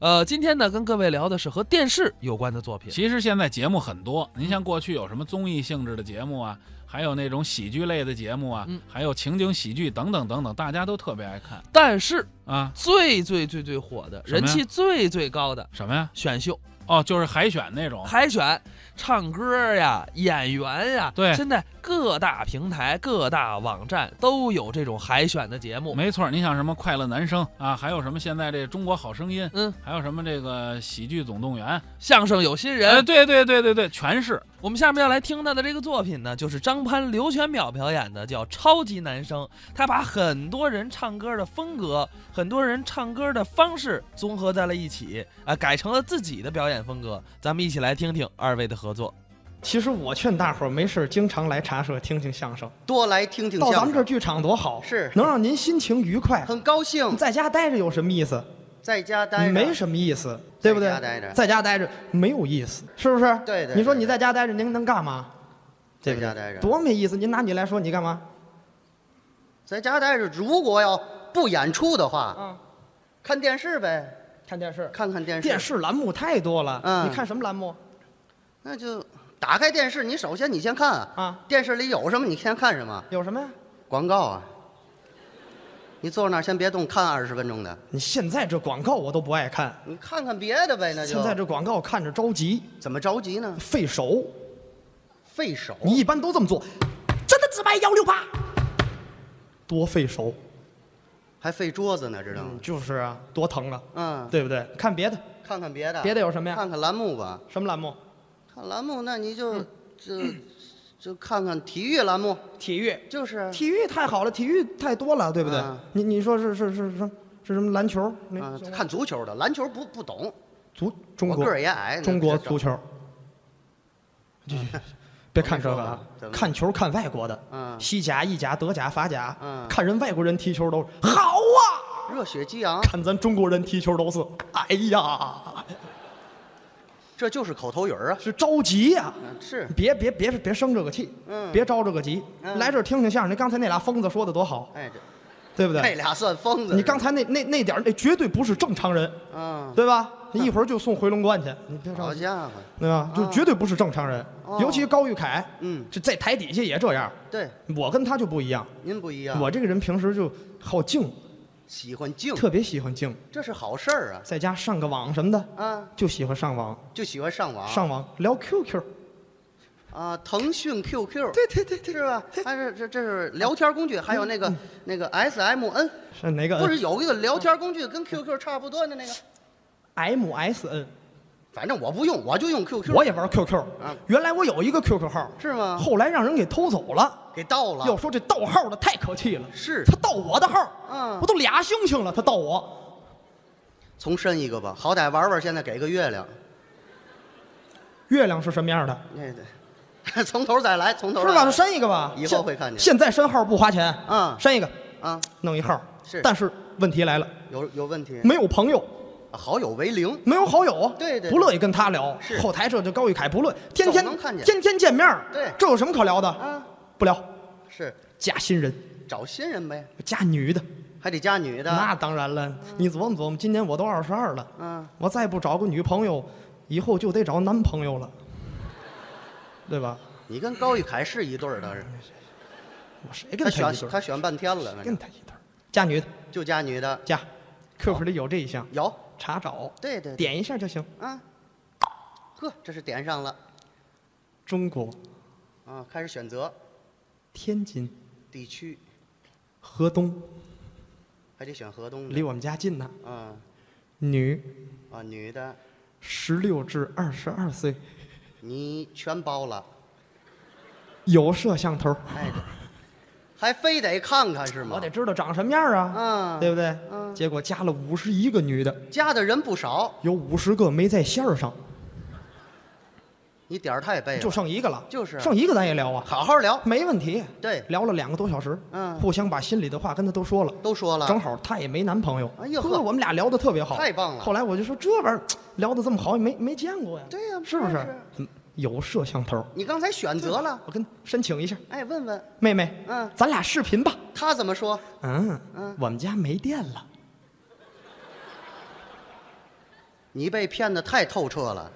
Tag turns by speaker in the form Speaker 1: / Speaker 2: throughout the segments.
Speaker 1: 呃，今天呢，跟各位聊的是和电视有关的作品。
Speaker 2: 其实现在节目很多，
Speaker 1: 嗯
Speaker 2: 您像过去有什么综艺性质的节目啊，还有那种喜剧类的节目啊，
Speaker 1: 嗯
Speaker 2: 还有情景喜剧等等等等，大家都特别爱看
Speaker 1: 但是
Speaker 2: 啊。
Speaker 1: 最最最最火的，
Speaker 2: 什么呀
Speaker 1: 人气最最高的
Speaker 2: 什么呀？
Speaker 1: 选秀
Speaker 2: 哦，就是海选那种。
Speaker 1: 海选，唱歌呀，演员呀，
Speaker 2: 对
Speaker 1: 现在各大平台、各大网站都有这种海选的节目。
Speaker 2: 没错，你像什么《快乐男声》啊，还有什么现在这《中国好声音》，
Speaker 1: 嗯，
Speaker 2: 还有什么这个《喜剧总动员》，
Speaker 1: 相声有新
Speaker 2: 呃，
Speaker 1: 人，
Speaker 2: 对对对对对，全是
Speaker 1: 我们下面要来听到的这个作品呢，就是张潘、刘全淼表演的，叫《超级男声》。他把很多人唱歌的风格、很多人唱歌的方式综合在了一起，啊、改成了自己的表演风格。咱们一起来听听二位的合作。
Speaker 3: 其实我劝大伙儿没事儿经常来茶社听听相声，
Speaker 4: 多来听听
Speaker 3: 到
Speaker 4: 相
Speaker 3: 咱
Speaker 4: 声，
Speaker 3: 们这儿剧场多好，
Speaker 4: 是
Speaker 3: 能让您心情愉快。
Speaker 4: 很高兴，
Speaker 3: 在家待着有什么意思？
Speaker 4: 在家待着
Speaker 3: 没什么意思，对不对？
Speaker 4: 在家待着
Speaker 3: 在家待着没有意思，是不是？
Speaker 4: 对对
Speaker 3: 你说
Speaker 4: 对
Speaker 3: 你在家待着，您能干嘛？对
Speaker 4: 在
Speaker 3: 不对
Speaker 4: 家待着
Speaker 3: 多没意思！您拿你来说，你干嘛？
Speaker 4: 在家待着。如果要不演出的话，
Speaker 3: 嗯
Speaker 4: 看电视呗，
Speaker 3: 看电视。
Speaker 4: 看看电视。
Speaker 3: 电视栏目太多了，
Speaker 4: 嗯
Speaker 3: 你看什么栏目？
Speaker 4: 那就打开电视，你首先你先看啊，
Speaker 3: 啊
Speaker 4: 电视里有什么你先看什么，
Speaker 3: 有什么呀？
Speaker 4: 广告啊。你坐那儿先别动，看二十分钟的，
Speaker 3: 你现在这广告我都不爱看，
Speaker 4: 你看看别的呗，那就
Speaker 3: 现在这广告看着着急，
Speaker 4: 怎么着急呢？
Speaker 3: 费手。
Speaker 4: 费手，
Speaker 3: 你一般都这么做，真的只卖幺六八，多费手。
Speaker 4: 还费桌子呢，知道
Speaker 3: 嗯
Speaker 4: 吗，？
Speaker 3: 就是啊，多疼啊，
Speaker 4: 嗯，
Speaker 3: 对不对？看别的，
Speaker 4: 看看别的，
Speaker 3: 别的有什么呀？
Speaker 4: 看看栏目吧，
Speaker 3: 什么栏目？
Speaker 4: 看栏目，那你
Speaker 3: 嗯
Speaker 4: 就就就看看体育栏目，
Speaker 3: 体育，
Speaker 4: 就是
Speaker 3: 体育太好了，体育太多了，对不对
Speaker 4: 嗯？
Speaker 3: 你你说是是是是什么？是什么篮球？那
Speaker 4: 啊，看足球的，篮球不不懂，
Speaker 3: 足中
Speaker 4: 我个
Speaker 3: 国
Speaker 4: 儿也矮。
Speaker 3: 中国
Speaker 4: 足
Speaker 3: 足球。这别看这个
Speaker 4: 嗯我没
Speaker 3: 了
Speaker 4: 说过，啊
Speaker 3: 看球看外国的，
Speaker 4: 嗯
Speaker 3: 西甲、意甲、德甲、法甲，
Speaker 4: 嗯
Speaker 3: 看人外国人踢球都是好啊，
Speaker 4: 热血激昂，
Speaker 3: 看咱中国人踢球都是哎呀，
Speaker 4: 这就是口头语儿啊。
Speaker 3: 是着急呀、
Speaker 4: 嗯是，
Speaker 3: 别别别别生这个气，
Speaker 4: 嗯
Speaker 3: 别着这个急，
Speaker 4: 嗯
Speaker 3: 来这儿听听相声。你刚才那俩疯子说的多好，
Speaker 4: 哎，这
Speaker 3: 对不
Speaker 4: 这
Speaker 3: 对？
Speaker 4: 俩算疯子。
Speaker 3: 你刚才那那那点儿，那绝对不是正常人，
Speaker 4: 嗯，
Speaker 3: 对吧？你一会儿就送回龙观去，你别着
Speaker 4: 好
Speaker 3: 急，
Speaker 4: 家伙，嗯
Speaker 3: 对吧？就绝对不是正常人，
Speaker 4: 哦
Speaker 3: 尤其高玉凯，
Speaker 4: 嗯，
Speaker 3: 这在台底下也这样。
Speaker 4: 对，
Speaker 3: 我跟他就不一样，
Speaker 4: 您不一样，
Speaker 3: 我这个人平时就好静，
Speaker 4: 喜欢静，
Speaker 3: 特别喜欢静，
Speaker 4: 这是好事儿啊。
Speaker 3: 在家上个网什么的，
Speaker 4: 啊，
Speaker 3: 就喜欢上网，
Speaker 4: 就喜欢上网，
Speaker 3: 上网聊 QQ，
Speaker 4: 啊，腾讯 QQ，
Speaker 3: 对对对对，嗯
Speaker 4: 是吧？还是这这是聊天工具，还有那个那个 SMN，
Speaker 3: 是哪个
Speaker 4: 不是有一个聊天工具跟 QQ 差不多的那个？
Speaker 3: MSN？
Speaker 4: 反正我不用，我就用 QQ，
Speaker 3: 我也玩 QQ，
Speaker 4: 啊
Speaker 3: 原来我有一个 QQ 号，
Speaker 4: 是吗？
Speaker 3: 后来让人给偷走了。
Speaker 4: 给盗了，
Speaker 3: 要说这盗号的太可气了，
Speaker 4: 啊是
Speaker 3: 他盗我的号，
Speaker 4: 嗯
Speaker 3: 我都俩星星了，他盗我，
Speaker 4: 重申一个吧，好歹玩玩，现在给个月亮，
Speaker 3: 月亮是什么样的？
Speaker 4: 那得 从头再来，从头
Speaker 3: 是
Speaker 4: 再
Speaker 3: 吧？
Speaker 4: 来
Speaker 3: 删一个吧，
Speaker 4: 以后
Speaker 3: 现
Speaker 4: 会看见
Speaker 3: 现在删号不花钱，
Speaker 4: 嗯
Speaker 3: 删一个，
Speaker 4: 啊，
Speaker 3: 弄一号。
Speaker 4: 是
Speaker 3: 但是问题来了，
Speaker 4: 有有问题，
Speaker 3: 没有朋友，
Speaker 4: 好友为零，
Speaker 3: 没有好友，
Speaker 4: 对对
Speaker 3: 不乐意跟他聊。
Speaker 4: 是
Speaker 3: 后台这就高玉凯不乐，天天
Speaker 4: 总能看见
Speaker 3: 天天见面儿，
Speaker 4: 对
Speaker 3: 这有什么可聊的？
Speaker 4: 啊，
Speaker 3: 不聊，
Speaker 4: 是
Speaker 3: 加新人，
Speaker 4: 找新人呗，
Speaker 3: 加女的，
Speaker 4: 还得加女的，
Speaker 3: 那当然了。你琢磨琢磨，今年我都二十二了，
Speaker 4: 嗯，
Speaker 3: 我再不找个女朋友，以后就得找男朋友了， 对吧？
Speaker 4: 你跟高玉凯是一对儿的，
Speaker 3: 我谁
Speaker 4: 他
Speaker 3: 跟他一对
Speaker 4: 选
Speaker 3: 儿？
Speaker 4: 他选半天了，
Speaker 3: 跟他一对儿，加女的
Speaker 4: 就加女的，
Speaker 3: 加，QQ 里有这一项，
Speaker 4: 有，
Speaker 3: 查找，
Speaker 4: 对对对，
Speaker 3: 点一下就行。
Speaker 4: 啊，呵，这是点上了，
Speaker 3: 中国
Speaker 4: 啊，开始选择
Speaker 3: 天津
Speaker 4: 地区，
Speaker 3: 河东
Speaker 4: 还得选河东
Speaker 3: 离
Speaker 4: 的，
Speaker 3: 我们家近呐，
Speaker 4: 啊
Speaker 3: 女，
Speaker 4: 啊，女的，
Speaker 3: 十六至二十二岁，
Speaker 4: 你全包了，
Speaker 3: 有摄像头，
Speaker 4: 哎，还非得看看是吗？
Speaker 3: 我得知道长什么样啊，
Speaker 4: 嗯，
Speaker 3: 对不对？
Speaker 4: 嗯
Speaker 3: 结果加了五十一个女的，
Speaker 4: 加的人不少，
Speaker 3: 有五十个没在线儿上，
Speaker 4: 你点儿太背了，
Speaker 3: 就剩一个了，
Speaker 4: 就是
Speaker 3: 剩一个咱也聊啊，
Speaker 4: 好好聊。
Speaker 3: 没问题。
Speaker 4: 对，
Speaker 3: 聊了两个多小时，
Speaker 4: 嗯
Speaker 3: 互相把心里的话跟他都说了，
Speaker 4: 都说了，
Speaker 3: 正好她也没男朋友，
Speaker 4: 哎呦呵
Speaker 3: 呵，我们俩聊的特别好，
Speaker 4: 太棒了
Speaker 3: 后来我就说这玩意儿聊的这么好，也没没见过呀，
Speaker 4: 对呀啊
Speaker 3: 是不
Speaker 4: 是
Speaker 3: 是？嗯有摄像头，
Speaker 4: 你刚才选择了，
Speaker 3: 我跟申请一下，
Speaker 4: 哎，问问，
Speaker 3: 妹妹，
Speaker 4: 嗯，
Speaker 3: 咱俩视频吧。
Speaker 4: 他怎么说？
Speaker 3: 嗯
Speaker 4: 嗯
Speaker 3: 我们家没电了，
Speaker 4: 你被骗的太透彻了。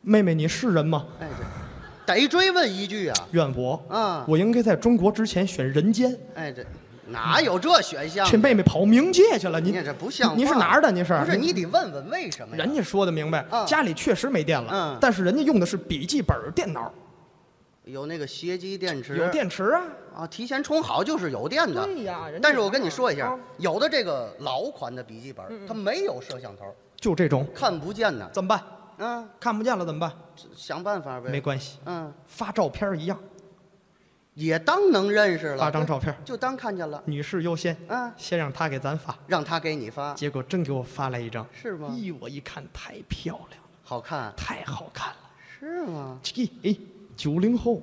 Speaker 3: 妹妹，你是人吗？
Speaker 4: 哎，这得追问一句啊
Speaker 3: 怨我，
Speaker 4: 啊！
Speaker 3: 我应该在中国之前选人间。
Speaker 4: 哎，这哪有这选项？
Speaker 3: 这妹妹跑冥界去了，
Speaker 4: 你
Speaker 3: 你
Speaker 4: 也这不像话。
Speaker 3: 你是哪儿的？你是
Speaker 4: 不是，你得问问为什么呀？
Speaker 3: 人家说的明白
Speaker 4: 嗯，
Speaker 3: 家里确实没电了
Speaker 4: 嗯，
Speaker 3: 但是人家用的是笔记本电脑，
Speaker 4: 有那个斜机电池，
Speaker 3: 有电池啊。
Speaker 4: 啊，提前充好就是有电的。
Speaker 3: 对呀人家
Speaker 4: 但是我跟你说一下
Speaker 3: 啊，
Speaker 4: 有的这个老款的笔记
Speaker 3: 嗯
Speaker 4: 本，它没有摄像头，
Speaker 3: 就这种
Speaker 4: 看不见呢。
Speaker 3: 怎么办？
Speaker 4: 啊，
Speaker 3: 看不见了怎么办？
Speaker 4: 想办法呗。
Speaker 3: 没关系，
Speaker 4: 嗯，
Speaker 3: 发照片一样，
Speaker 4: 也当能认识了。
Speaker 3: 发张照片，
Speaker 4: 就当看见了。
Speaker 3: 女士优先，
Speaker 4: 啊，
Speaker 3: 先让她给咱发。
Speaker 4: 让他给你发，
Speaker 3: 结果真给我发来一张，
Speaker 4: 是吗？
Speaker 3: 咦，我一看太漂亮了，
Speaker 4: 好看，
Speaker 3: 太好看了，
Speaker 4: 是吗？
Speaker 3: 这哎，九零后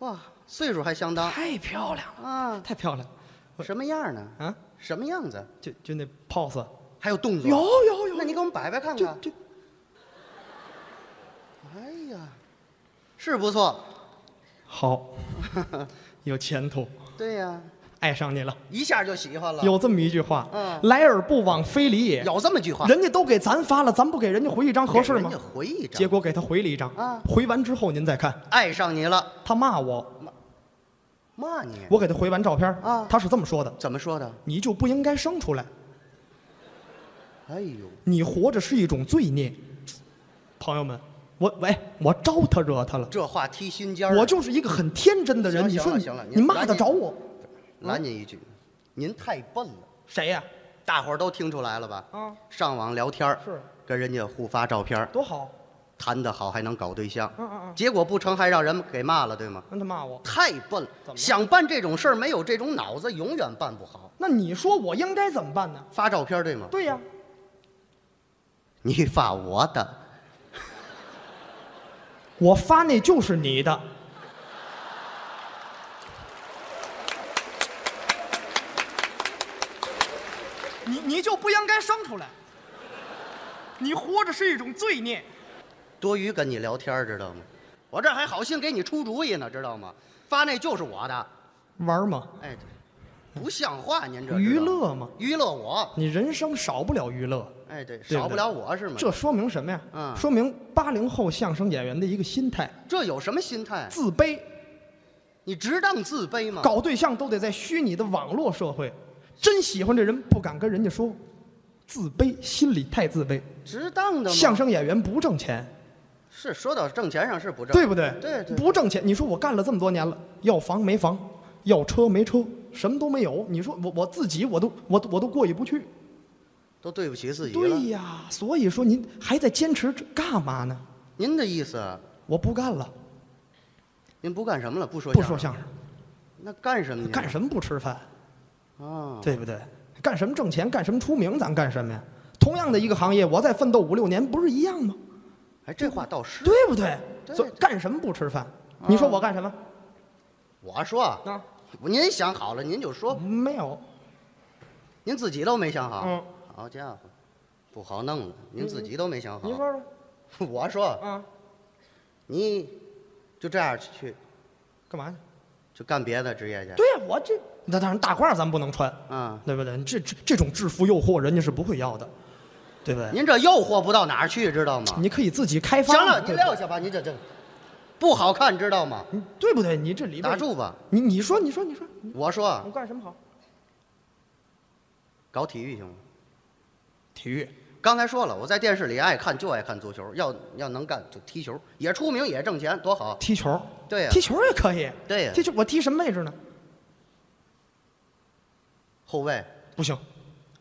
Speaker 4: 哇，岁数还相当
Speaker 3: 太漂亮了，
Speaker 4: 啊，
Speaker 3: 太漂亮了
Speaker 4: 什么样呢？
Speaker 3: 啊！
Speaker 4: 什么样子？
Speaker 3: 就就那 pose，
Speaker 4: 还有动
Speaker 3: 有
Speaker 4: 作？。
Speaker 3: 有有，
Speaker 4: 那你给我们摆摆看
Speaker 3: 就
Speaker 4: 看。
Speaker 3: 就
Speaker 4: 哎呀，是不错。
Speaker 3: 好，有前途，
Speaker 4: 对呀、
Speaker 3: 爱上你了。
Speaker 4: 一下就喜欢了。
Speaker 3: 有这么一句话，
Speaker 4: 嗯
Speaker 3: 来而不往非礼也。
Speaker 4: 有这么句话，
Speaker 3: 人家都给咱发了，咱不给人家回一张合适
Speaker 4: 给
Speaker 3: 吗
Speaker 4: 人家？回一张，
Speaker 3: 结果给他回了一张，
Speaker 4: 啊
Speaker 3: 回完之后您再看，
Speaker 4: 爱上你了，
Speaker 3: 他骂我，
Speaker 4: 骂你，
Speaker 3: 我给他回完照片，
Speaker 4: 啊
Speaker 3: 他是这么说的：
Speaker 4: 怎么说的？
Speaker 3: 你就不应该生出来，
Speaker 4: 哎呦，
Speaker 3: 你活着是一种罪孽。朋友们，我喂，我招他惹他了，
Speaker 4: 这话踢心尖儿。
Speaker 3: 我就是一个很天真的人，
Speaker 4: 行
Speaker 3: 你说
Speaker 4: 了
Speaker 3: 你
Speaker 4: 行了你
Speaker 3: 你骂
Speaker 4: 赶
Speaker 3: 得
Speaker 4: 紧
Speaker 3: 着我？
Speaker 4: 拦您一句，您太笨了。
Speaker 3: 谁呀？
Speaker 4: 大伙儿都听出来了吧？
Speaker 3: 啊，
Speaker 4: 上网聊天儿
Speaker 3: 是
Speaker 4: 跟人家互发照片儿，
Speaker 3: 多好，
Speaker 4: 谈得好还能搞对象，
Speaker 3: 嗯嗯嗯，
Speaker 4: 结果不成还让人给骂了，对吗？
Speaker 3: 让他骂我。
Speaker 4: 太笨
Speaker 3: 怎么了
Speaker 4: 了，想办这种事儿没有这种脑子，永远办不好。
Speaker 3: 那你说我应该怎么办呢？
Speaker 4: 发照片儿对吗？
Speaker 3: 对呀，
Speaker 4: 你发我的，
Speaker 3: 我发那就是你的，你你就不应该生出来，你活着是一种罪孽。
Speaker 4: 多余跟你聊天儿知道吗？我这还好心给你出主意呢，知道吗？发那就是我的，
Speaker 3: 玩嘛，
Speaker 4: 哎，不像话，您这
Speaker 3: 娱
Speaker 4: 知道吗
Speaker 3: 乐嘛，
Speaker 4: 娱乐我，
Speaker 3: 你人生少不了娱乐，
Speaker 4: 哎，对，
Speaker 3: 对
Speaker 4: 少不了我是吗？
Speaker 3: 这说明什么呀？
Speaker 4: 嗯
Speaker 3: 说明八零后相声演员的一个心态，
Speaker 4: 这有什么心态？啊
Speaker 3: 自卑，
Speaker 4: 你值当自卑吗？
Speaker 3: 搞对象都得在虚拟的网络社会，真喜欢这人不敢跟人家说，自卑，心里太自卑。
Speaker 4: 值当的吗？
Speaker 3: 相声演员不挣钱，
Speaker 4: 是说到挣钱上是不挣，
Speaker 3: 对不对？
Speaker 4: 对对
Speaker 3: 不挣钱。你说我干了这么多年了，要房没房，要车没车，什么都没有。你说我我自己我都我都我都过意不去。
Speaker 4: 都对不起自己了。
Speaker 3: 对呀，所以说您还在坚持这干嘛呢？
Speaker 4: 您的意思，
Speaker 3: 我不干了，
Speaker 4: 您不干什么了？不说
Speaker 3: 不
Speaker 4: 相
Speaker 3: 说
Speaker 4: 声，嗯
Speaker 3: 相声，
Speaker 4: 那干什么呀？
Speaker 3: 干什么不吃饭，
Speaker 4: 么啊？
Speaker 3: 对不对？干什么挣钱，干什么出名，咱干什么呀？同样的一个行业，我再奋斗五六年，不是一样吗？
Speaker 4: 哎，这话倒是。
Speaker 3: 对不对？
Speaker 4: 对嗯
Speaker 3: 所以
Speaker 4: 对
Speaker 3: 干什么不吃饭？你说我干什么？
Speaker 4: 我说啊，
Speaker 3: 啊，
Speaker 4: 您想好了您就说，
Speaker 3: 没有，
Speaker 4: 您自己都没想好。
Speaker 3: 嗯，
Speaker 4: 好家伙，不好弄了，您自己都没想好。
Speaker 3: 您说说
Speaker 4: 我说，
Speaker 3: 啊，
Speaker 4: 你就这样去，
Speaker 3: 干嘛去？
Speaker 4: 就干别的职业去。
Speaker 3: 对呀，我这那当然大褂咱不能穿，
Speaker 4: 啊，
Speaker 3: 对不对？这这这种制服诱惑，人家是不会要的，对不对？
Speaker 4: 您这诱惑不到哪儿去，知道吗？
Speaker 3: 你可以自己开发
Speaker 4: 行
Speaker 3: 嘛。
Speaker 4: 了，
Speaker 3: 对
Speaker 4: 您
Speaker 3: 不对
Speaker 4: 撂下吧，您这这不好看，知道吗？
Speaker 3: 你对不对？你这里边
Speaker 4: 打，住吧！
Speaker 3: 你你说你说你说，
Speaker 4: 我说啊
Speaker 3: 我，干什么好？
Speaker 4: 搞体育行吗？
Speaker 3: 体育
Speaker 4: 刚才说了，我在电视里爱看就爱看足球，要要能干就踢球，也出名也挣钱，多好！
Speaker 3: 踢球，
Speaker 4: 对呀、
Speaker 3: 踢球也可以。
Speaker 4: 对呀、
Speaker 3: 踢球我踢什么位置呢？
Speaker 4: 后卫
Speaker 3: 不行，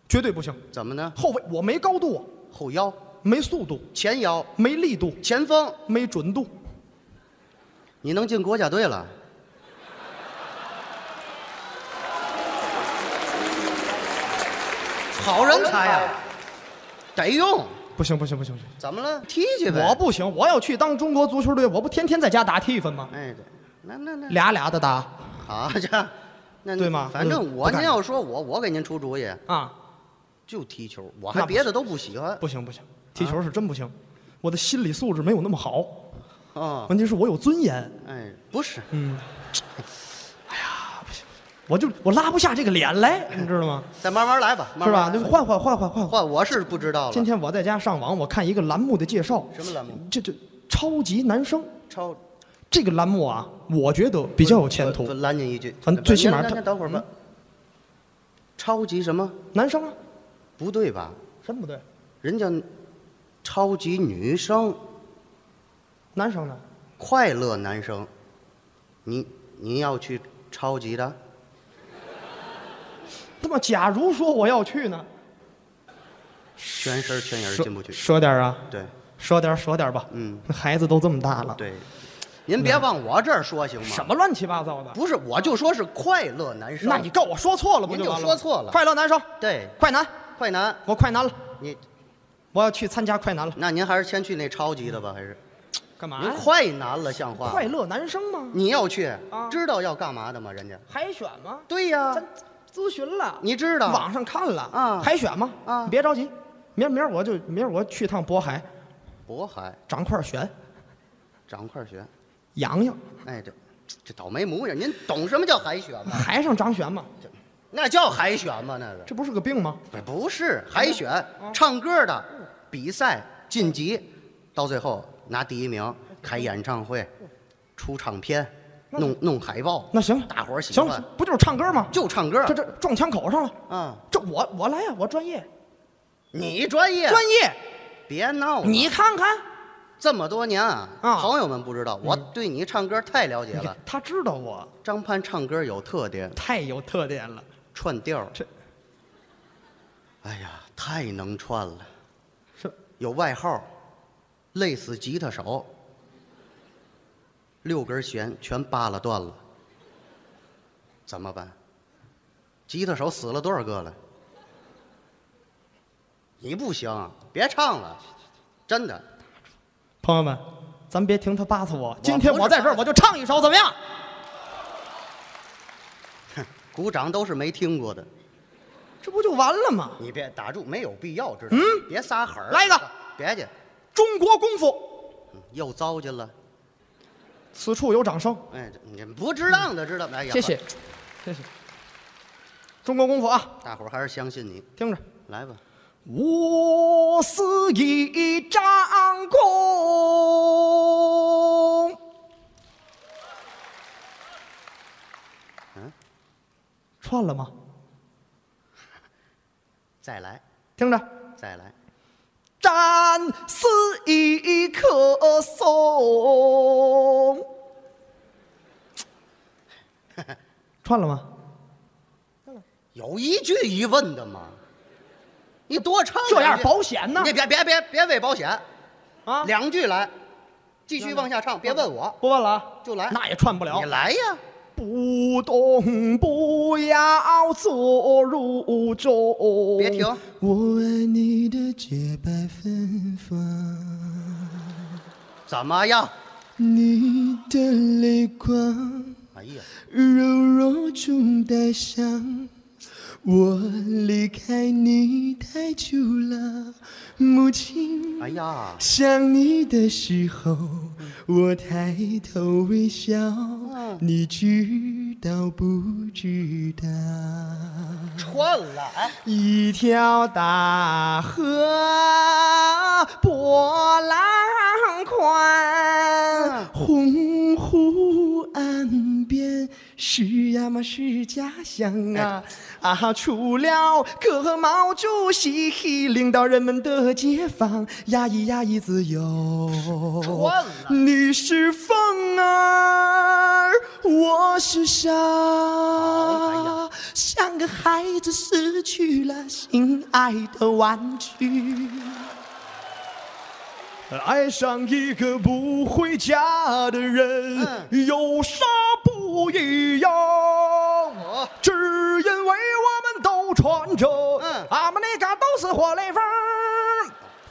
Speaker 3: 绝对不行。
Speaker 4: 怎么呢？
Speaker 3: 后卫我没高度，
Speaker 4: 后腰、
Speaker 3: 没速度，
Speaker 4: 前腰、
Speaker 3: 没力度，
Speaker 4: 前锋，
Speaker 3: 没准度。
Speaker 4: 你能进国家队 了？好人才呀、得用。
Speaker 3: 不行不行不行不行。
Speaker 4: 怎么了？踢去呗。
Speaker 3: 我不行，我要去当中国足球队，我不天天在家打踢分吗？
Speaker 4: 哎，对，那那那，
Speaker 3: 俩俩的打
Speaker 4: 好家伙，那
Speaker 3: 对吗
Speaker 4: 反正
Speaker 3: 不
Speaker 4: 我
Speaker 3: 干
Speaker 4: 您要说我，我给您出主意，
Speaker 3: 啊，
Speaker 4: 就踢球，我
Speaker 3: 那
Speaker 4: 还
Speaker 3: 不
Speaker 4: 别的都不喜欢。
Speaker 3: 不行不行，踢球是真不行，我的心理素质没有那么好。
Speaker 4: 啊，
Speaker 3: 哦问题是我有尊严，
Speaker 4: 哎，不是，
Speaker 3: 嗯，我就我拉不下这个脸来，你知道吗？
Speaker 4: 再慢慢来吧，嗯慢
Speaker 3: 是吧？
Speaker 4: 慢来
Speaker 3: 就换换换换换换。
Speaker 4: 换我是不知道了，
Speaker 3: 今天我在家上网，我看一个栏目的介绍，
Speaker 4: 什么栏目？
Speaker 3: 这这超级男生
Speaker 4: 超
Speaker 3: 这个栏目啊，我觉得比较有前途
Speaker 4: 我我。拦您一句，
Speaker 3: 咱最起码
Speaker 4: 您
Speaker 3: 他嗯
Speaker 4: 您等会儿吧。超级什么？
Speaker 3: 男生啊，
Speaker 4: 不对吧？
Speaker 3: 什么不对？
Speaker 4: 人家超级女生，
Speaker 3: 男生呢？
Speaker 4: 快乐男生，你你要去超级的？
Speaker 3: 那么假如说我要去呢？
Speaker 4: 全身全影
Speaker 3: 说
Speaker 4: 进不去
Speaker 3: 说点儿啊，
Speaker 4: 对，
Speaker 3: 说点儿说点儿吧。
Speaker 4: 嗯，
Speaker 3: 孩子都这么大了，
Speaker 4: 对，您别往我这儿说行吗？
Speaker 3: 啊什？么乱七八糟的？
Speaker 4: 不是，我就说是快乐男生。
Speaker 3: 那你告我说错了不
Speaker 4: 您
Speaker 3: 完了
Speaker 4: 就
Speaker 3: 吗？
Speaker 4: 说错了
Speaker 3: 快乐男生，
Speaker 4: 对
Speaker 3: 快男，
Speaker 4: 快男，
Speaker 3: 我快男了，
Speaker 4: 你
Speaker 3: 我要去参加快男了。
Speaker 4: 那您还是先去那超级的吧，还是
Speaker 3: 干嘛
Speaker 4: 您
Speaker 3: 呀？
Speaker 4: 快男了，像话
Speaker 3: 啊
Speaker 4: 吗
Speaker 3: 快乐男生吗？
Speaker 4: 你要去
Speaker 3: 啊，
Speaker 4: 知道要干嘛的吗？人家
Speaker 3: 海选吗？
Speaker 4: 对呀，
Speaker 3: 咱咨询了，
Speaker 4: 你知道
Speaker 3: 网上看了
Speaker 4: 啊
Speaker 3: 海选吗？
Speaker 4: 啊
Speaker 3: 你别着急，明儿明儿我就明儿我去趟渤海，
Speaker 4: 渤海
Speaker 3: 长块癣，
Speaker 4: 长块癣，
Speaker 3: 痒痒，
Speaker 4: 哎，这这倒霉模样，您懂什么叫海选吗？
Speaker 3: 海上长癣吗？
Speaker 4: 那叫海选吗？那
Speaker 3: 这不是个病吗？
Speaker 4: 个不是海选，
Speaker 3: 嗯
Speaker 4: 唱歌的比赛晋级，到最后拿第一名，开演唱会，出唱片，弄弄海报，
Speaker 3: 那行，
Speaker 4: 大伙儿喜
Speaker 3: 行
Speaker 4: 欢，，
Speaker 3: 不就是唱歌吗？
Speaker 4: 就唱歌
Speaker 3: 这这撞枪口上了，
Speaker 4: 啊。
Speaker 3: 这我我来呀、我专业，
Speaker 4: 你专业，
Speaker 3: 专业，
Speaker 4: 别哎闹了，
Speaker 3: 你看看。
Speaker 4: 这么多年啊，
Speaker 3: 啊
Speaker 4: 朋友们不知道，我对你唱歌太了解
Speaker 3: 你
Speaker 4: 了
Speaker 3: 看。他知道我
Speaker 4: 张潘唱歌有特点，
Speaker 3: 太有特点了，
Speaker 4: 串调儿
Speaker 3: 这。
Speaker 4: 哎呀，太能串了，
Speaker 3: 是
Speaker 4: 有外号儿，累死吉他手。六根弦全扒拉断了，怎么办？吉他手死了多少个了？你不行，别唱了，真的。
Speaker 3: 朋友们，咱别听他扒拉我。今
Speaker 4: 不
Speaker 3: 天
Speaker 4: 是
Speaker 3: 我在这儿，
Speaker 4: 扒
Speaker 3: 我就唱一首，怎么样？
Speaker 4: 鼓掌都是没听过的，
Speaker 3: 这不就完了吗？
Speaker 4: 你别打住，没有必要，知道吗？别撒狠儿，
Speaker 3: 嗯来一个，
Speaker 4: 别去，
Speaker 3: 中国功夫，
Speaker 4: 嗯又糟践了。
Speaker 3: 此处有掌声，
Speaker 4: 哎，这你不值当的，知道吗？哎呀，
Speaker 3: 谢谢，谢谢。中国功夫啊，
Speaker 4: 大伙儿还是相信你，
Speaker 3: 听着，
Speaker 4: 来吧。
Speaker 3: 我是一张弓，
Speaker 4: 嗯，
Speaker 3: 串了吗？
Speaker 4: 再来，
Speaker 3: 听着。
Speaker 4: 再来，
Speaker 3: 战是一棵松。串了吗？
Speaker 4: 有一句一问的吗？你多唱
Speaker 3: 这样
Speaker 4: 两句
Speaker 3: 保险呢
Speaker 4: 你别别别别为保险，
Speaker 3: 啊，
Speaker 4: 两句来，继续往下唱，别问我，
Speaker 3: 不问了啊，
Speaker 4: 就来。
Speaker 3: 那也串不了
Speaker 4: 你。来呀，
Speaker 3: 不懂不要做入中。
Speaker 4: 别停
Speaker 3: 我爱你的洁白芬芳。
Speaker 4: 怎么样？
Speaker 3: 你的泪光
Speaker 4: 哎呀，
Speaker 3: 柔弱中带伤。我离开你太久了，母亲。
Speaker 4: 哎 呀，
Speaker 3: 想你的时候，我抬头微笑，你知道不知道？
Speaker 4: 串了，哎，
Speaker 3: 一条大河波浪宽，洪湖岸边是呀嘛是家乡啊啊！除了各毛主席领导人们的解放，呀咿呀咿自由。
Speaker 4: 串了
Speaker 3: 你是风儿，我是沙。
Speaker 4: 哎呀
Speaker 3: 像个孩子失去了心爱的玩具，爱上一个不回家的人，
Speaker 4: 嗯
Speaker 3: 有啥不一样？只因为我们都穿着
Speaker 4: 嗯
Speaker 3: 俺们那嘎都是活雷锋。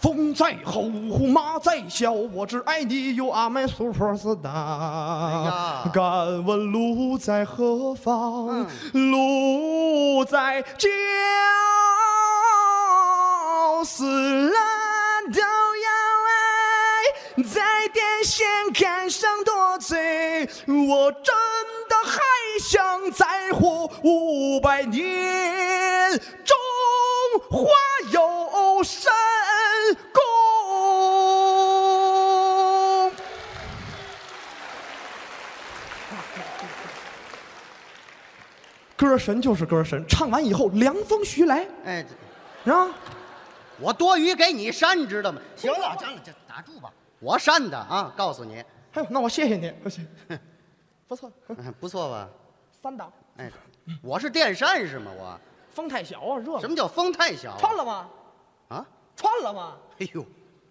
Speaker 3: 风在吼，马在啸，我只爱你哟，阿妹 superstar
Speaker 4: 呀。
Speaker 3: 敢问路在何方？路在脚死了都要爱，在电线杆上多嘴，我真的还想再活五百年，中华有神功。歌神就是歌神，唱完以后凉风徐来
Speaker 4: 哎，
Speaker 3: 啊！
Speaker 4: 我多余给你删，知道吗？行了，行了，这打住吧。我删的啊，告诉你，
Speaker 3: 哎呦，那我谢谢你，不谢，不错，
Speaker 4: 嗯不错吧？
Speaker 3: 三档，
Speaker 4: 哎，我是电扇是吗？我
Speaker 3: 风太小啊，热
Speaker 4: 什么叫风太小啊？
Speaker 3: 穿了吗？
Speaker 4: 啊？
Speaker 3: 穿了吗？
Speaker 4: 哎呦，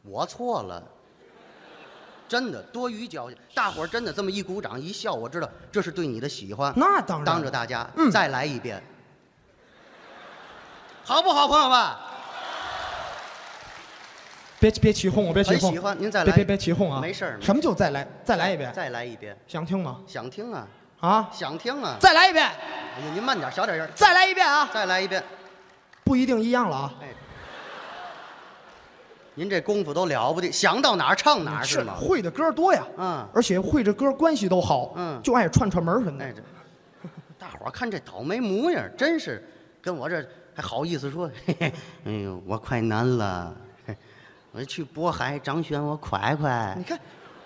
Speaker 4: 我错了，真的多余矫情。大伙儿真的这么一鼓掌一笑，我知道这是对你的喜欢。
Speaker 3: 那当然
Speaker 4: 当着大家，
Speaker 3: 嗯
Speaker 4: 再来一遍，好不好，朋友们？
Speaker 3: 别别起哄我，别起
Speaker 4: 很
Speaker 3: 哄，
Speaker 4: 喜欢您再来
Speaker 3: 别别别起哄啊！
Speaker 4: 没事儿没事儿
Speaker 3: 什么就再来，再来一遍，
Speaker 4: 再来一遍，
Speaker 3: 想听吗？
Speaker 4: 想听啊，
Speaker 3: 啊，
Speaker 4: 想听啊。
Speaker 3: 再来一遍，
Speaker 4: 哎呀，您慢点，小点声，
Speaker 3: 再来一遍啊！
Speaker 4: 再来一遍。
Speaker 3: 不一定一样了啊！
Speaker 4: 哎，您这功夫都了不得，想到哪儿唱哪儿是吗？
Speaker 3: 会的歌多呀，
Speaker 4: 嗯
Speaker 3: 而且会这歌关系都好，
Speaker 4: 嗯
Speaker 3: 就爱串串门儿什么
Speaker 4: 哎，
Speaker 3: 的。
Speaker 4: 这大伙儿看这倒霉模样儿，真是跟我这还好意思说， 嘿嘿，哎呦，我快难了， 嘿我去渤海张悬，我快快
Speaker 3: 你，看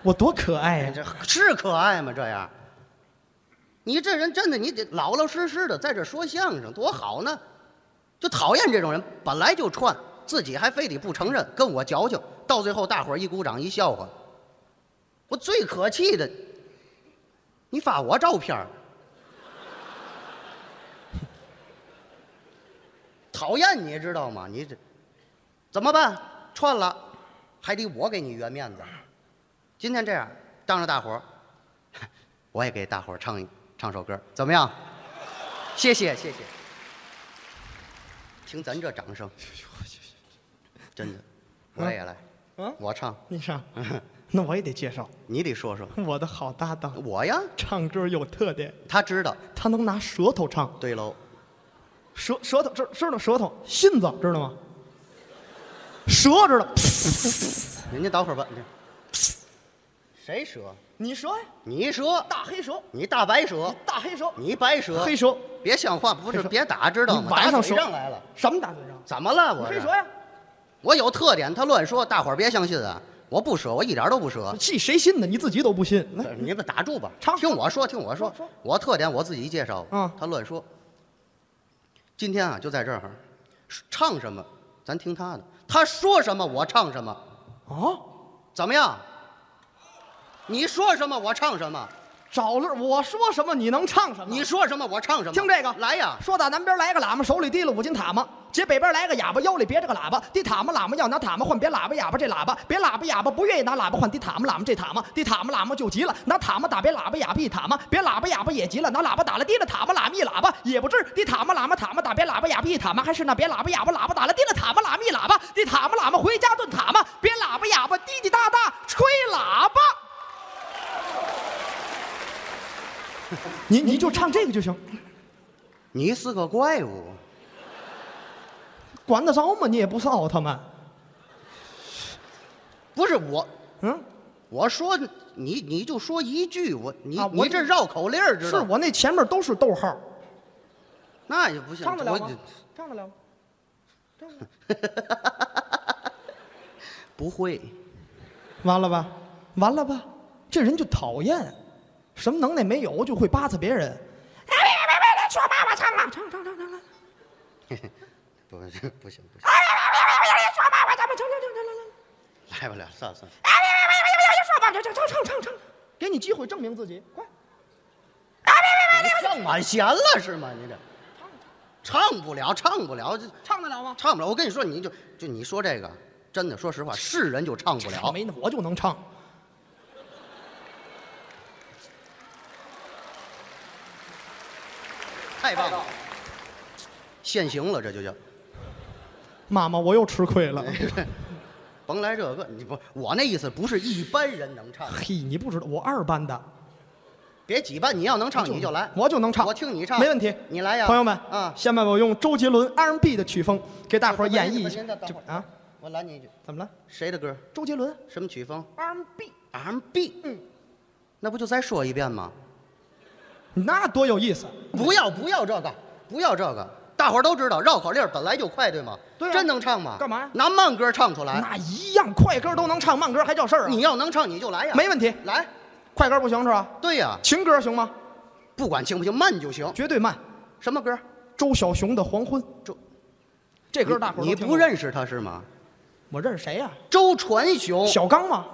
Speaker 3: 我多可爱
Speaker 4: 哎，
Speaker 3: 呀！
Speaker 4: 这是可爱吗？这样，你这人真的，你得老老实实的在这说相声，多好呢。就讨厌这种人，本来就串，自己还非得不承认，跟我矫情，到最后大伙儿一鼓掌一笑话。我最可气的，你发我照片儿讨厌你知道吗？你这怎么办？串了，还得我给你圆面子。今天这样，当着大伙儿， 我也给大伙儿唱一唱首歌，怎么样？谢谢谢谢。听咱这掌声，真的，我也来，
Speaker 3: 嗯
Speaker 4: 我唱，
Speaker 3: 你 上，那我也得介绍
Speaker 4: 你得说说
Speaker 3: 我的好搭档，
Speaker 4: 我呀。
Speaker 3: 唱歌有特点，
Speaker 4: 他知道，
Speaker 3: 他能拿舌头唱，
Speaker 4: 对喽，
Speaker 3: 舌舌头知知道舌头，信子知道吗？舌知道，
Speaker 4: 人家等会儿吧。你谁蛇？
Speaker 3: 你舌呀，
Speaker 4: 你蛇，
Speaker 3: 大黑舌，
Speaker 4: 你大白蛇，
Speaker 3: 大黑舌，
Speaker 4: 你白蛇，
Speaker 3: 黑舌，
Speaker 4: 别像话，不
Speaker 3: 黑
Speaker 4: 是
Speaker 3: 蛇
Speaker 4: 别打，知道吗？
Speaker 3: 你晚上
Speaker 4: 打
Speaker 3: 说
Speaker 4: 嘴上来了，
Speaker 3: 什么打嘴上？
Speaker 4: 怎么了？我
Speaker 3: 黑
Speaker 4: 是
Speaker 3: 舌呀，
Speaker 4: 我有特点，他乱说，大伙儿别相信啊！我不蛇，我一点都 不蛇。
Speaker 3: 这谁信呢？你自己都不信，来，
Speaker 4: 你们打住吧，
Speaker 3: 唱
Speaker 4: 听我说，听我说
Speaker 3: 说说，
Speaker 4: 我特点我自己介绍，
Speaker 3: 嗯
Speaker 4: 他乱说。今天啊，就在这儿，唱什么咱听他的，他说什么我唱什么。
Speaker 3: 啊，
Speaker 4: 怎么样？你说什么我唱什么，
Speaker 3: 找了我说什么你能唱什么？
Speaker 4: 你说什么我唱什么。
Speaker 3: 听这个
Speaker 4: 来呀！
Speaker 3: 说打南边来个喇嘛，手里提了五斤塔嘛；接北边来个哑巴，腰里别着个喇叭。提塔嘛喇嘛要拿塔嘛换，别喇叭哑巴这喇叭，别喇叭哑巴不愿意拿喇叭换，提塔嘛喇嘛这塔嘛，提塔嘛喇嘛就急了，拿塔嘛打别喇叭哑巴一塔嘛，别喇叭哑巴也急了，拿喇叭打了提了塔嘛喇嘛一喇叭也不治，提塔嘛喇嘛塔嘛打别喇叭哑巴一塔嘛，还是那别喇叭哑巴喇叭打了提了塔嘛喇嘛一喇叭，提塔嘛喇嘛回家炖塔嘛，别喇叭哑巴滴滴答答吹喇叭。 你你就唱这个就行，
Speaker 4: 你是个怪物，
Speaker 3: 管得着吗？你也不是奥特曼，
Speaker 4: 不是我，
Speaker 3: 嗯。
Speaker 4: 我说你你就说一句，我你、
Speaker 3: 啊我
Speaker 4: 你这绕口令儿知
Speaker 3: 是
Speaker 4: 道？
Speaker 3: 我那前面都是逗号，
Speaker 4: 那也不行，
Speaker 3: 唱得了
Speaker 4: 我
Speaker 3: 吗？唱得了吗？唱得了
Speaker 4: 不会，
Speaker 3: 完了吧，完了吧，这人就讨厌，什么能耐没有就会扒擦别人。哎，别别别，来说爸爸唱啊，唱唱唱唱来，
Speaker 4: 不 不行不行，
Speaker 3: 哎呀，别别别别，说爸爸，咱们唱唱唱唱来来，
Speaker 4: 来不了，算了算了，
Speaker 3: 哎，别别别别别，说爸爸，唱唱唱唱唱，给你机会证明自己，快，哎
Speaker 4: 你上满弦了是吗？你这唱不了，唱不了，这
Speaker 3: 唱得了吗？
Speaker 4: 唱不了。我跟你说，你就就你说这个，真的，说实话，是人就唱不了。
Speaker 3: 没呢，我就能唱。
Speaker 4: 太棒了，现行了，这就叫。
Speaker 3: 妈妈，我又吃亏了。
Speaker 4: 哎甭来这个，你不，我那意思不是一般人能 唱，
Speaker 3: 嘿，你不知道，我二班的，
Speaker 4: 别几般，你要能唱你就来，
Speaker 3: 我就能唱，
Speaker 4: 我听你唱，
Speaker 3: 没问题。
Speaker 4: 你来呀，
Speaker 3: 朋友们
Speaker 4: 啊，
Speaker 3: 下面我用周杰伦 R&B 的曲风给大伙儿演绎一
Speaker 4: 不
Speaker 3: 下
Speaker 4: 是不是不是等会儿。
Speaker 3: 啊，
Speaker 4: 我拦你一句，
Speaker 3: 怎么了？
Speaker 4: 谁的歌？
Speaker 3: 周杰伦
Speaker 4: 什么曲风
Speaker 3: R&B，
Speaker 4: ？R&B，
Speaker 3: 嗯，
Speaker 4: 那不就再说一遍吗？
Speaker 3: 那多有意思！
Speaker 4: 不要不要这个，不要这个，大伙儿都知道绕口令儿本来就快，对吗？
Speaker 3: 对啊
Speaker 4: 真能唱吗？
Speaker 3: 干嘛呀
Speaker 4: 拿慢歌唱出来。
Speaker 3: 那一样，快歌都能唱，慢歌还叫事儿啊？
Speaker 4: 你要能唱你就来呀，
Speaker 3: 没问题，
Speaker 4: 来，
Speaker 3: 快歌不行是吧？
Speaker 4: 对呀，
Speaker 3: 情歌行吗？
Speaker 4: 不管轻不轻，慢就行。
Speaker 3: 绝对慢。
Speaker 4: 什么歌？
Speaker 3: 周小熊的《黄昏》，
Speaker 4: 周
Speaker 3: 这歌大伙儿都
Speaker 4: 你
Speaker 3: 听
Speaker 4: 不
Speaker 3: 过？
Speaker 4: 认识他是吗？
Speaker 3: 我认识谁呀、
Speaker 4: 周传雄，
Speaker 3: 小刚吗？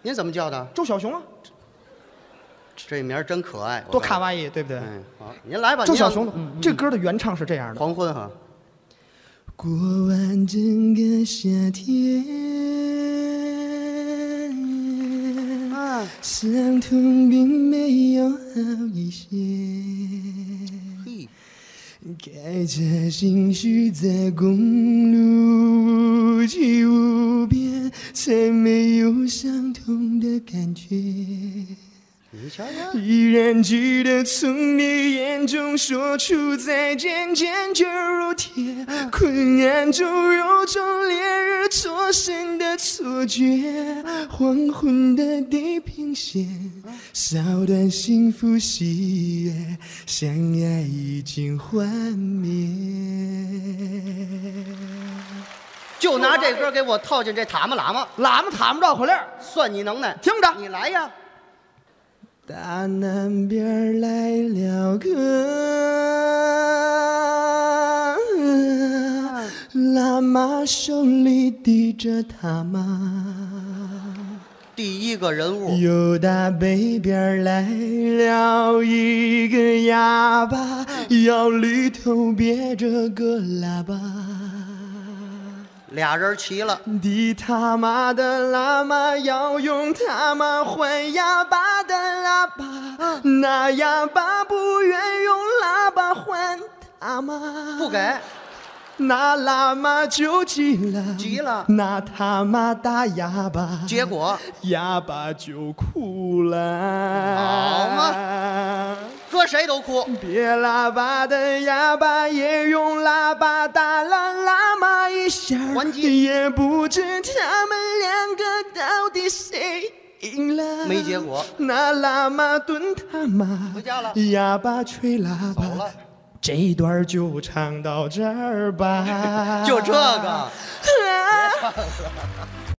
Speaker 4: 您怎么叫的？
Speaker 3: 周小熊啊，
Speaker 4: 这名儿真可爱，
Speaker 3: 多卡
Speaker 4: 看。
Speaker 3: 哇伊，对不对？
Speaker 4: 哎，好，您来吧。
Speaker 3: 周
Speaker 4: 您
Speaker 3: 小
Speaker 4: 要嗯
Speaker 3: 熊的、这歌的原唱是这样的：
Speaker 4: 黄昏哈，
Speaker 3: 过完整个夏天，
Speaker 4: 嗯，
Speaker 3: 伤痛并没有好一些。
Speaker 4: 嘿，
Speaker 3: 开着心绪在公路去无边，才没有伤痛的感觉。
Speaker 4: 你瞧瞧，
Speaker 3: 依然记得从你眼中说出再见，坚决如铁。昏暗中有种烈日灼身的错觉，黄昏的地平线，烧断幸福喜悦，相爱已经幻 灭。
Speaker 4: 就拿这歌给我套进这塔嘛喇嘛，
Speaker 3: 喇嘛塔嘛绕口令，
Speaker 4: 算你能耐。
Speaker 3: 听啊着
Speaker 4: 你来呀，
Speaker 3: 大南边来了个喇嘛，手里提着塔嘛。
Speaker 4: 第一个人物，
Speaker 3: 又大北边来了一个哑巴，腰里头别着个喇叭。
Speaker 4: 俩人齐了，
Speaker 3: 你他妈的喇嘛要用他妈换哑巴的喇叭，那哑巴不愿用喇叭换他妈，
Speaker 4: 不给，
Speaker 3: 那喇嘛就急了，
Speaker 4: 急了
Speaker 3: 那他妈打哑巴，
Speaker 4: 结果
Speaker 3: 哑巴就哭了，
Speaker 4: 好
Speaker 3: 嘛。
Speaker 4: 搁谁都哭。
Speaker 3: 别喇叭的哑巴也用喇叭打了喇嘛一下儿，
Speaker 4: 还击
Speaker 3: 也不知他们两个到底谁赢了，
Speaker 4: 没结果。
Speaker 3: 那喇嘛蹲他妈，
Speaker 4: 回家了
Speaker 3: 哑巴吹喇叭
Speaker 4: 走了。
Speaker 3: 这一段儿就
Speaker 4: ，
Speaker 3: 唱到这儿吧
Speaker 4: 就这个。
Speaker 3: 啊